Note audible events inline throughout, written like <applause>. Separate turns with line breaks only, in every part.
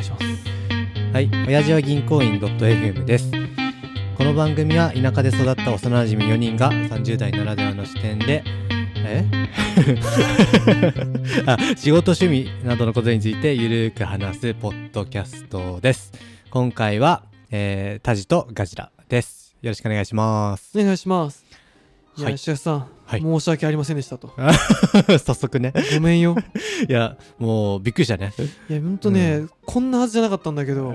いします
はい、親父は銀行員 .fm です。この番組は田舎で育った幼馴染4人が30代ならではの視点で、え <laughs> あ仕事趣味などのことについてゆるく話すポッドキャストです。今回は、えー、タジとガジラです。よろしくお願いします。
<laughs> お願いしますいや、
はい
石橋さん、
はい
申し訳ありませんでしたと
早速ね。
ごめんよ
いや、もうびっくりしたね。
いやほんとね、
う
こんなはずじゃなかったんだけど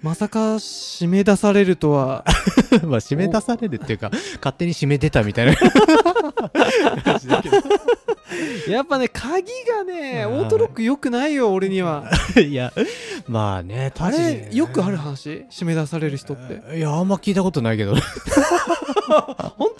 まさか締め出されるとは
まあ、締め出されるっていうか、勝手に締めてたみ
<laughs>
たいな感じだけど。
<laughs> やっぱね鍵がね
あー
オートロック良くないよ俺には
いや、まあね、
あ
タジね
れよくある話締め出される人って
いや、あんま聞いたことないけど。
本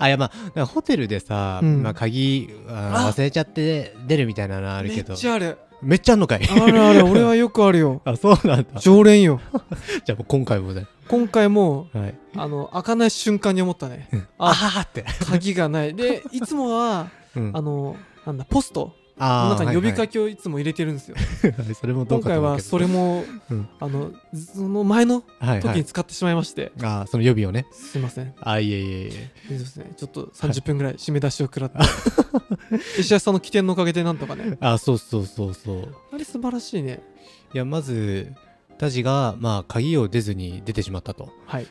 あ、いや、まあ、なんかホテルでさ、
うん
まあ、鍵あ
あ
忘れちゃって出るみたいなのあ
当
る
め
け
っ
ど。
ちゃある
めっちゃあんのかい。
あるある俺はよくあるよ
<laughs> あ、そうなんだ。じ
常連よ
ゃあもう今回もね。
今回も
はい。
あの開かない瞬間に思ったね
あ
あ
はって。
鍵がないでいつもは
うん
あのなんだポストの
あ
中に呼びか
け。
けをいつも入れてるんですよ、
はいはいそれもど
今
うかと
回
思う
は
けど。
それも、
うん
あのずその前の
はいは
時に
い。
使ってしまいまして、
あー、その予備をね。
すいません
あ、いえいえいえ。
そうですねちょっと30分ぐらい締め出しを食
<laughs>
らって、石橋さんの起点のおかげでなんとかね
あ、そうそうそうそう。
あれ素晴らしいね
いや、まず、タジが、まあ、鍵を出ずに出てしまったと。
はい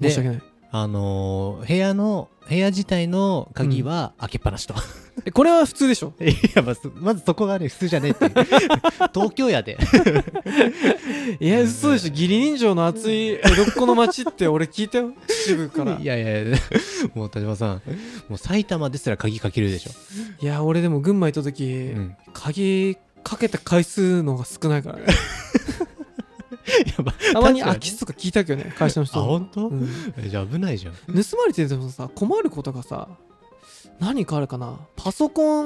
で
申し訳ない
あのー部屋の、部屋自体の鍵は開けっぱなしと。
えこれは普通でしょ
<laughs> いや、まず、まずそこがね、普通じゃねえっていう。 <laughs> 東京やで。
いや嘘でしょ義理人情の熱い江戸っ子の街って俺聞いたよ秩父から
<laughs> い
いや
やいやいや、もう田島さん、もう埼玉ですら鍵かけるでしょ。
俺でも群馬行った時、
うん。
鍵かけた回数の方が少ないからね
<laughs> やば。
たまに空
確か
き巣とか聞いたけどね会社の
あ、
人
本当、
うん
えじゃあ危ないじゃん。
盗まれててもさ困ることがさ何かあるかなパソコ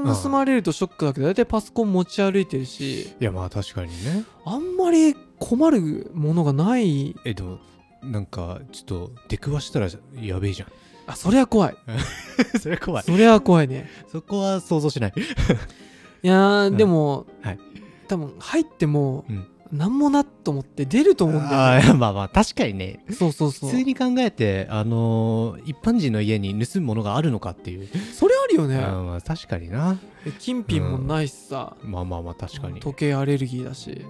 ン盗まれるとショックだけど大体パソコン持ち歩いてるし
いや、まあ確かにね。
あんまり困るものがない
え、でも、なんか、ちょっと、出くわしたらやべえじゃん。
あそれは怖い
<laughs> それ怖い。
それは怖いね
そこは想像しない。
いやー、
うん
でも、
はい
多分入っても、
うん
なんもなと思って出ると思うんだよ、
あ
ね、
ーまあまあ、確かにね。
そうそうそ
普
う
通に考えて、あのー一般人の家に盗むものがあるのかっていう。
それあるよ
あ
ね
ーまあ確かにな。
え金品もないしさ、
まあまあまあ、確かに。
時計アレルギー
<laughs>
だし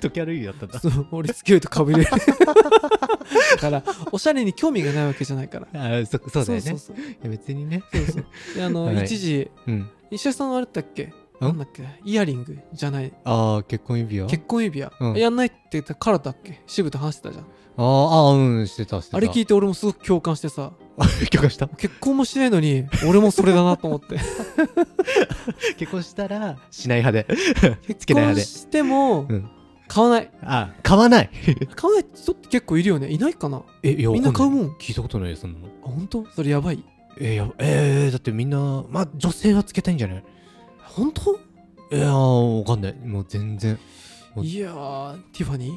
時計歩いてやったんだ。
そう俺つけるとかぶれる <laughs> だからおしゃれに興味がないわけじゃないから
<laughs> あーそそうだよね。
そうそうそう
いや別にね。
そうそうであの、
<laughs> はい
一時
うん。
石橋さんはあれだっけなんだっけイヤリングじゃない
ああ、結婚指輪
結婚指輪、
うん
やんないって言ったからだっけ渋田話してたじゃん
あーあー、うん、してた、してた。
あれ聞
き、
いて俺もすごく共感してさ
<laughs> 許可した
結婚もしないのに俺もそれだなと思って
結婚したら、しない派で。 <laughs> つけ
結
ない
婚
派で。
して
う
も
ん
買わない
あ、買わない。
買わない人って結構いるよねいないかなあ
え、いや
みんな買うもん
わか聞いたことないよ、そんなの。
本当それやばい
えや、えー、だってみんな、まあ、女性はつけたいんじゃない
本当
いやー、わかんない。もう全然。お
いやーティファニ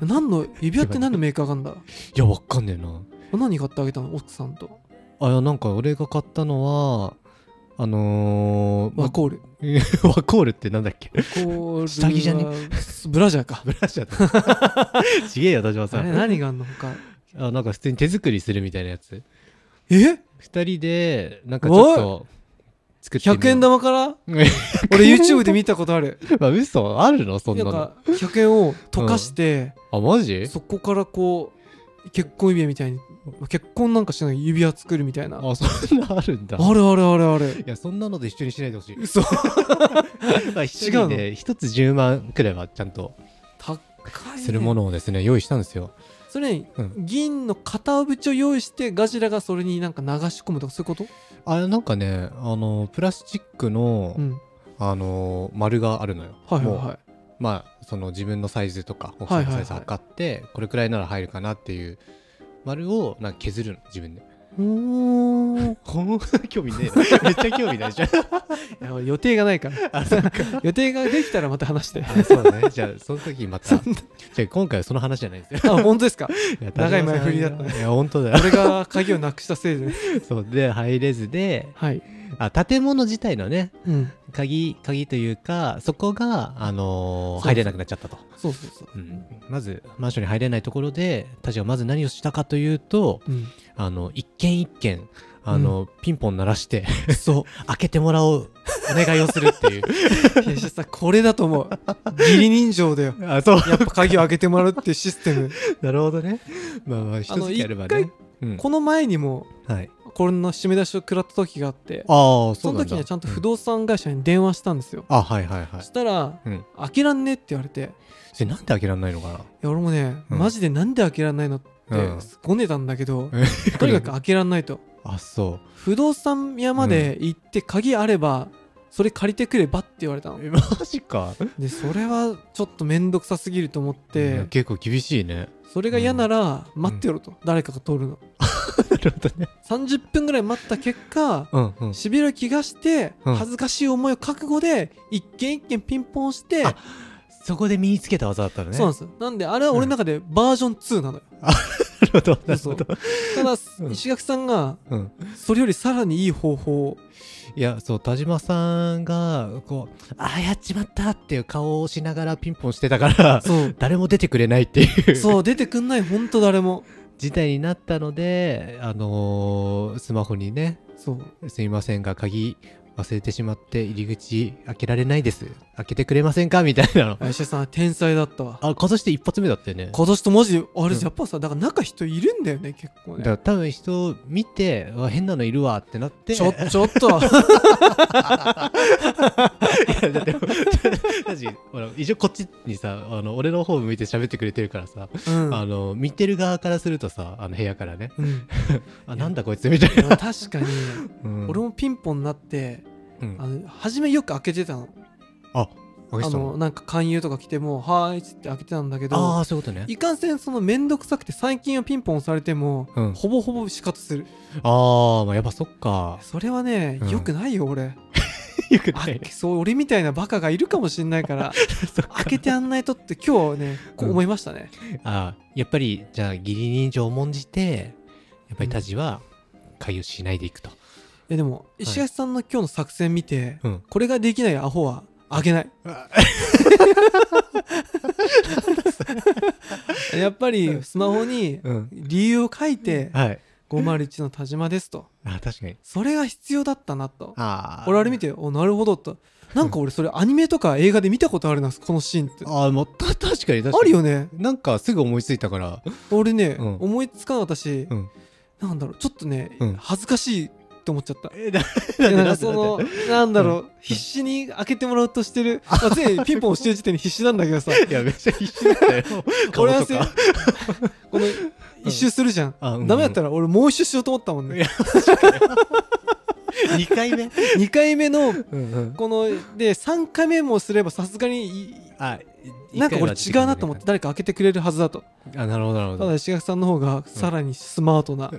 ー何の指輪って何のメーカーがあん
<laughs>
だ
いや、わかんねえな。
何買ってあげたの奥さんと
あ、いや、なんか俺が買ったのは、あのー、
ワコール
まワコールってなんだっけ
ワコールは
下着じゃね
ブラジャーか
ブラシャー
<laughs>
だ。ちげえよ、田島さ
あれ
ん。
何があんの他
あ、なんか普通に手作りするみたいなやつ。
え
二人でなんかちょっと作ってみよう
?100 円玉から
え
俺 YouTube で見たことある
まあ嘘あるのそん
<laughs> な
なんの
か100円を溶かして、
あマジ
そこからこう結婚指輪みたいに結婚なんかしない指輪作るみたいなあ
あそんなあるんだ
るあるあるある
いやそんなので一緒にしないでほしい
嘘
<laughs> まあ一人で一つ10万くらいはちゃんと
高い、ね、
するものをですね用意したんですよ
それに、
うん
銀の片縁を用意してガジラがそれになんか流し込むとかそういうこと
あなんかねあのプラスチックの、
うん
あの丸があるのよ
はいはい
もう
は
まあその自分のサイズとか大きさのサイズ
はいはいはい
測って、これくらいなら入るかなっていう丸をなんか削るの自分で
いおー <laughs>
興味ねえな <laughs> めっちゃ興味ないじゃん
いや俺予定がないから <laughs> 予定ができたらまた話して
あそうね。じゃあ、その時また。じゃあ、今回はその話じゃないですよ。
あ本当ですか
いや
<laughs> 長い前振りだったね
田島さんがいや、本当だよ。
俺が鍵をなくしたせいでね
そうで、入れずで、
はい
あ建物自体のね
うん
鍵鍵というかそこが、あのー
そう
入れなくなっちゃったと、
そうそうそう
うんまずマンションに入れないところでたちがまず何をしたかというと
うん
あの一軒一軒あの、ピンポン鳴らしてそう <laughs> 開けてもらおうお願いをするっていう
いやさこれだと思う義理人情だよ
<laughs> あそう
やっぱ鍵を開けてもらうっていうシステム
なるほどねまあまあ一つやれば
あの
ね
一
うん
この前にも
はい、
これの締め出しを食らった時があって
ああそ
そうの
なんだ
時にはちゃんと不
う
動産会社に電話したんですよ、
あはいはいはい
そしたら
うん
「開けらんね」って言われて
それなんで開けられないのか
いや俺もね、
うん
マジでなんで開けらんないのって
うん
ごねたんだけど、
え
とにかく開けらんないと
なあそう
不動産屋まで行って鍵あればそれ借りてくればって言われたの
えマジか
でそれはちょっと面倒くさすぎると思っ
いや
て
結構厳しいね
それが嫌なら待ってろと、誰かが通るの
<laughs> なるほどね
30分ぐらい待った結果
うんうん
しびれる気がして
うん
恥ずかしい思いを覚悟で一軒一軒ピンポンして、
あそこで身につけた技だったのね
そうなんですよなんであれは俺の中でバージョン2なのよ、
なるほどなる
そ
ほ
う
ど
ただ、
うん
石垣さんが
うん、
それよりさらにいい方法を
いやそう田島さんがこう「ああやっちまった」っていう顔をしながらピンポンしてたから
そう
誰も出てくれないっていう
そう出てくんないほんと誰も
事態になったのであのースマホにね
そ
「
う
すいませんが鍵忘れてしまって入り口開けられないです開けてくれませんか?」みたいなの
あ石垣さんは天才だったわ
あかとして一発目だったよね
今年とマジあれ
うん
やっぱさだから中人いるんだよね結構
だ
ね
から多分人を見てうわ変なのいるわってなって
ちょちょっと
<laughs> いやだって確かにほら一応こっちにさあの俺の方向いて喋ってくれてるからさ、
うん
あの見てる側からするとさあの部屋からね
うん
あなんだこいつみたい
で
な
も、確かに
うん
俺もピンポンになって
うん
あの初めよく開けてたの
ああ
あのなんか勧誘とか来ても「はーい」っつって開けてたんだけ
あ
ど
ーそういうことね
いかんせんその面倒くさくて最近はピンポン押されても、
うん
ほぼほぼ死活する
ああまあやっぱそっか
それはね、
うん
よくないよ俺
よく
あそう俺みたいなバカがいるかもしんないから
<laughs>
開けてやんないとって今日ねこう思いましたね、
あーやっぱりじゃあ義理人情を重んじてやっぱりタジは会をしないでいくと、
いやでも石橋さんの今日の作戦見て、
うん
これができないアホはあげない <laughs>
あ
やっぱりスマホに
うん、
理由を書いて
はい
「501の田島です」と
あ確かに
それが必要だったなと
あー
俺あれ見て「おなるほど」となんか俺それアニメとか映画で見たことあるなこのシーンって
あーもうた確かに確かに
あるよね
なんかすぐ思いついたから
俺ね、
うん
思いつかなかったし、
うん
なんだろうちょっとね、
うん
恥ずかしいと思っちゃった
えな
な
で <laughs> なんで
んかそのなんだろう、必死に開けてもらおうとしてる、まあ、常にピンポン押してる時点で必死なんだけどさ
いやめっちゃ必死だったよ
<laughs> 俺は
<laughs> 顔と
せ
か
この一周するじゃん、
あうん
ダメ
<laughs>
だったら俺もう一周しようと思ったもん
い
ね
や2回目
2回目の
うんうん
こので3回目もすればさすがにい
あ
なんか俺違うなと思って誰か開けてくれるはずだと
あなるほどなる
た
ほ
だ
ど
石垣さんの方がさらにスマー
<laughs>
トな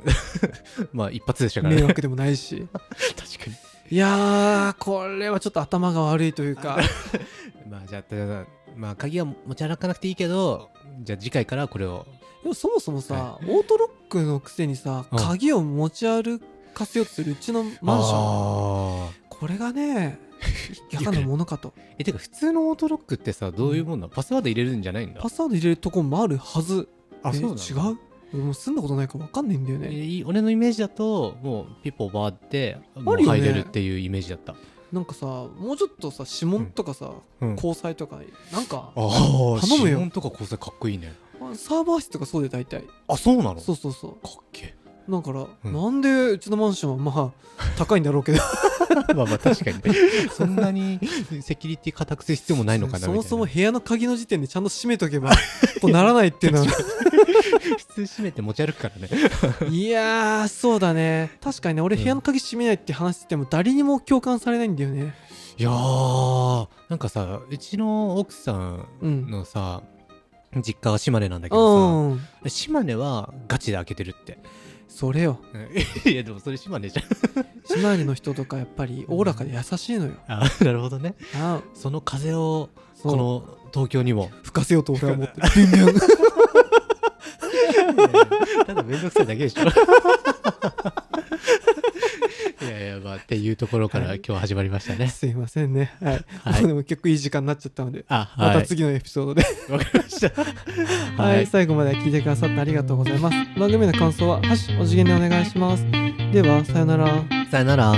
まあ一発でしたからね
迷惑でもないし
<laughs> 確か
いやーこれはちょっと頭が悪いという
<laughs>
か
にまあじゃあじゃあまあ鍵は持ち歩かなくていいけどじゃあ次回からこれを
でもそもそもさ、オートロックのくせにさ
うん
鍵を持ち歩かせようとするうちのマンション
ョン
これが
<laughs>
ねいかがなものかと
えてか普通のオートロックってさどういうもんなのパスワード入れるんじゃないんだ
<laughs> パスワード入れるとこもあるはず
あそ
え
うなの
違う俺もう住んだことないから分かんないんだよ
え
ね
ー俺のイメージだともうピッポバーってもう
あるよね
入れるっていうイメージだった
なんかさもうちょっとさ指紋とかさ、
うんうん
交際とかなんか
ああ
頼むよ
指紋とか交際かっこいいね
サーバー室とかそうで大体
あそうなの
そうそうそ
かっけ
うだから、
うん
なんでうちのマンションはまあ
<laughs>
高いんだろうけど
えまあまあ確かにね <laughs> そんなにセキュリティ固くする必要もないのかなみたい
そ
な
もそも部屋の鍵の時点でちゃんと閉め
<laughs>
とけばこうならないっていうのは
普通閉めて持ち歩くからね
いやーそうだね確かにね俺
うん
部屋の鍵閉めないって話してても誰にも共感されないんだよね
いやーなんかさうちの奥さん
うん
のさ実家が島根なんだけ
う
どさ、
ん
島根はガチで開けてるって
それよ
<laughs> いやでもそれ島根じゃん
島根の人とかやっぱりおおらかで優しいのよ
あなるほどね
あ
その風を
そう
この東京にも
吹かせようと俺は思ってる
<laughs> ただ面倒くさいだけでしょいやいやまあっていうところから今日は始まりました <laughs> ね。
すいませんね。はい。
はい
<laughs> もうでも結構いい時間になっちゃったので、
あ、
ま
は
た
い。
次のエピソードで。
わかりました。
は、
はいい。
最後まで聞いてくださってありがとうございます。番組の感想は、はし、お次元でお願いします。では、さよなら。
さよなら。